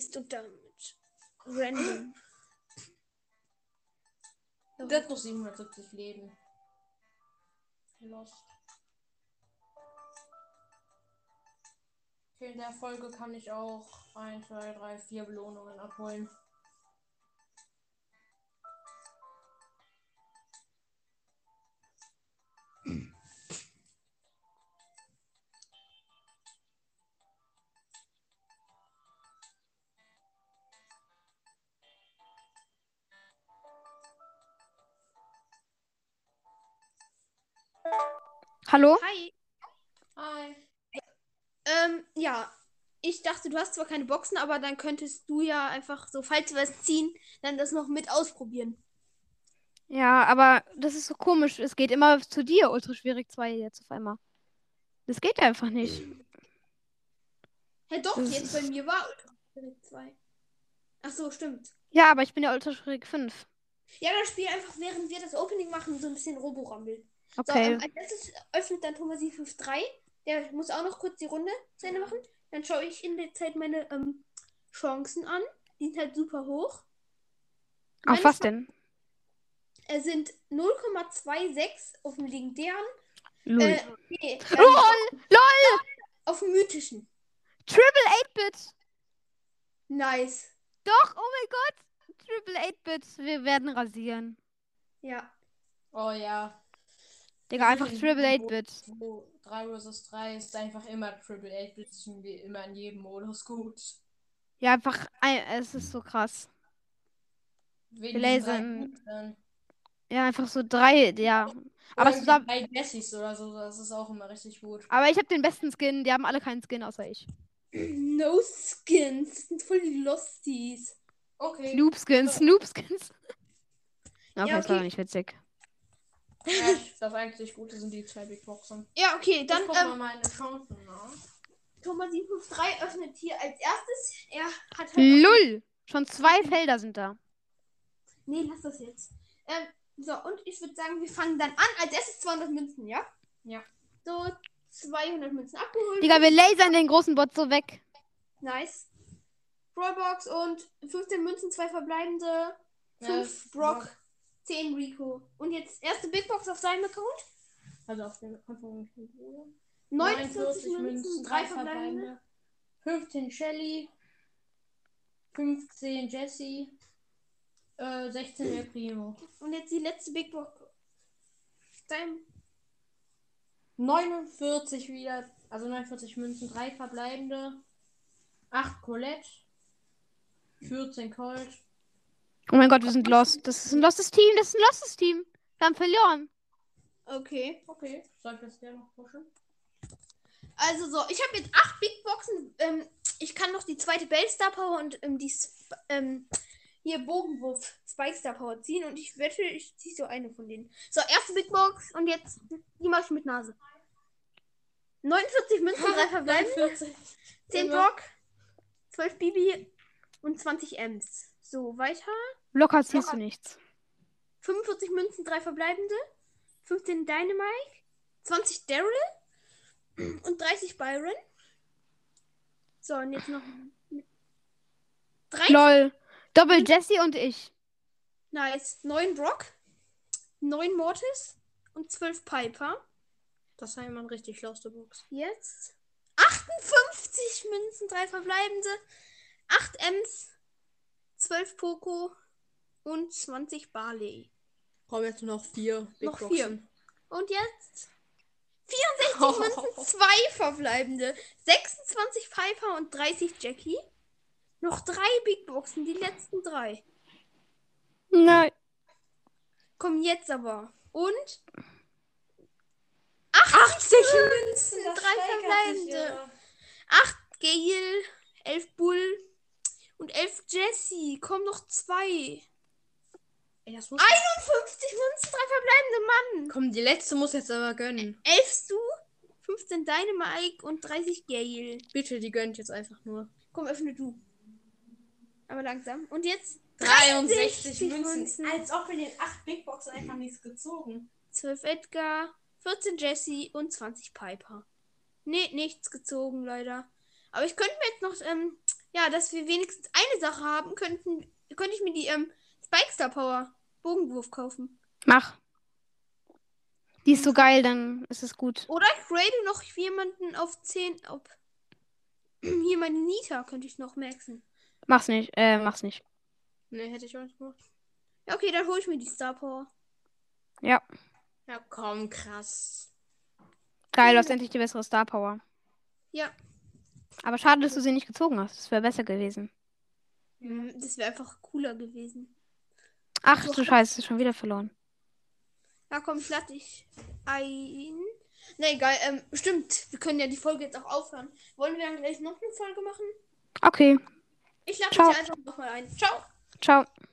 schießt du damit? Random. Der hat noch 770 Leben. Lost. Okay, in der Folge kann ich auch 1, 2, 3, 4 Belohnungen abholen. Hallo? Hi. Hi. Ähm, ja. Ich dachte, du hast zwar keine Boxen, aber dann könntest du ja einfach so, falls wir es ziehen, dann das noch mit ausprobieren. Ja, aber das ist so komisch. Es geht immer zu dir, Ultra Schwierig 2 jetzt auf einmal. Das geht einfach nicht. Hä, doch, Das jetzt bei mir war Ultra Schwierig 2. Ach so, stimmt. Ja, aber ich bin ja Ultra Schwierig 5. Ja, dann spiel einfach, während wir das Opening machen, so ein bisschen Roborumble. So, Okay. ähm, als letztes öffnet dann Thomas 53. Der muss auch noch kurz die Runde zu Ende machen. Dann schaue ich in der Zeit meine ähm, Chancen an. Die sind halt super hoch. Auf meine was denn? Es Äh, sind 0,26 auf dem legendären. Lul. Äh, nee, ähm, Oh, LOL! auf dem mythischen. Triple 8-Bit! Nice. Doch, oh mein Gott! Triple 8-Bit, wir werden rasieren. Ja. Oh ja. Digga, einfach Triple 8-Bit. 3 vs 3 ist einfach immer Triple 8 bisschen wie immer in jedem Modus gut. Ja, einfach, ein- es ist so krass. Wegen Blazen. Dann. Ja, einfach so drei, ja. Aber, es- bei Jessys oder so, das ist auch immer richtig gut. aber ich habe den besten Skin, die haben alle keinen Skin außer ich. No Skins. Das sind voll die Losties. Okay. Snoop Skins, Snoop Skins. Okay, Ja, das war okay. nicht witzig. Ja, das einzig Gute sind die zwei Big Boxen. Ja, okay. Dann Dann ich guck ähm, mal meine Chancen an. Thomas 753 öffnet hier als erstes. Er hat halt. auch- Lull! Schon zwei Felder sind da. Nee, lass das jetzt. Ähm, so, und ich würde sagen, wir fangen dann an. Als erstes 200 Münzen, ja? Ja. So, 200 Münzen abgeholt. Digga, wir lasern den großen Bot so weg. Nice. Brawlbox und 15 Münzen, zwei verbleibende. Ja, 5 Brock, 10 Rico. Und jetzt erste Big Box auf seinem Account. Also auf dem Konto von meinem Bruder. 49 Münzen, drei 3 verbleibende. 15 Shelly, 15 Jessie, äh, 16 El Primo. Und jetzt die letzte Big Box. Dein 49 wieder, also 49 Münzen, drei verbleibende, 8 Colette, 14 Colt. Oh mein Gott, wir sind lost. Das ist ein lostes Team, das ist ein lostes Team. Wir haben verloren. okay. Okay, soll ich das gerne noch pushen? Also so, ich habe jetzt 8 Big Boxen. Ähm, ich kann noch die zweite Bell Star Power und ähm, die Sp ähm, hier Bogenwurf Spike Star Power ziehen. Und ich wette, ich ziehe so eine von denen. So, erste Big Box und jetzt die mache ich mit Nase. 49 Münzen, 3 verbleiben. 49. 10 Immer. Brock, 12 Bibi und 20 Ms. So, weiter. Locker ziehst du nichts. 45 Münzen, 3 verbleibende. 15 Dynamite, 20 Daryl und 30 Byron. So, und jetzt noch. 3, Lol. Doppel Jesse und ich. nice. 9 Brock, 9 Mortis und 12 Piper. Das war immer ein richtig lauste Box. Jetzt 58 Münzen, 3 verbleibende, 8 Ms, 12 Poco und 20 Barley. Kommen jetzt nur noch vier Big Noch Boxen. vier. Und jetzt 64 Münzen, 2 verbleibende, 26 Piper und 30 Jackie. Noch drei Big Boxen, die letzten drei. Nein. Kommen jetzt aber. Und 80 es Münzen, sind drei verbleibende. 8 Gale, 11 Bull und 11 Jesse. Kommen noch zwei. 51 50 Münzen. Münzen, drei verbleibende, Mann. Ah, Komm, die letzte muss jetzt aber gönnen. 11 Stu, 15 Dynamite und 30 Gale. Bitte, die gönnt jetzt einfach nur. Komm, öffne du. Aber langsam. Und jetzt 63 Münzen. Münzen. Als ob wir den 8 Big Boxen einfach nichts gezogen. 12 Edgar, 14 Jesse und 20 Piper. Nee, nichts gezogen, leider. Aber ich könnte mir jetzt noch ähm, Ja, dass wir wenigstens eine Sache haben könnten, könnte ich mir die ähm, Spike Star Power Bogenwurf kaufen. Mach. Die ist so geil, dann ist es gut. Oder ich grade noch jemanden auf 10 ab. Hier meine Nita könnte ich noch maxen. Mach's nicht. Äh, mach's nicht. Ne, hätte ich auch nicht gemacht. Ja, okay, dann hole ich mir die Star Power. Ja. Ja, komm, krass. Geil, du hast endlich die bessere Star Power. Ja. Aber schade, dass du sie nicht gezogen hast. Das wäre besser gewesen. Hm, Das wäre einfach cooler gewesen. Ach du Scheiße, schon wieder verloren. Da kommt glatt ich ein. Na egal, ähm, stimmt. Wir können ja die Folge jetzt auch aufhören. Wollen wir dann gleich noch eine Folge machen? Okay, Ich lade Ciao. dich einfach nochmal ein. Ciao. ciao.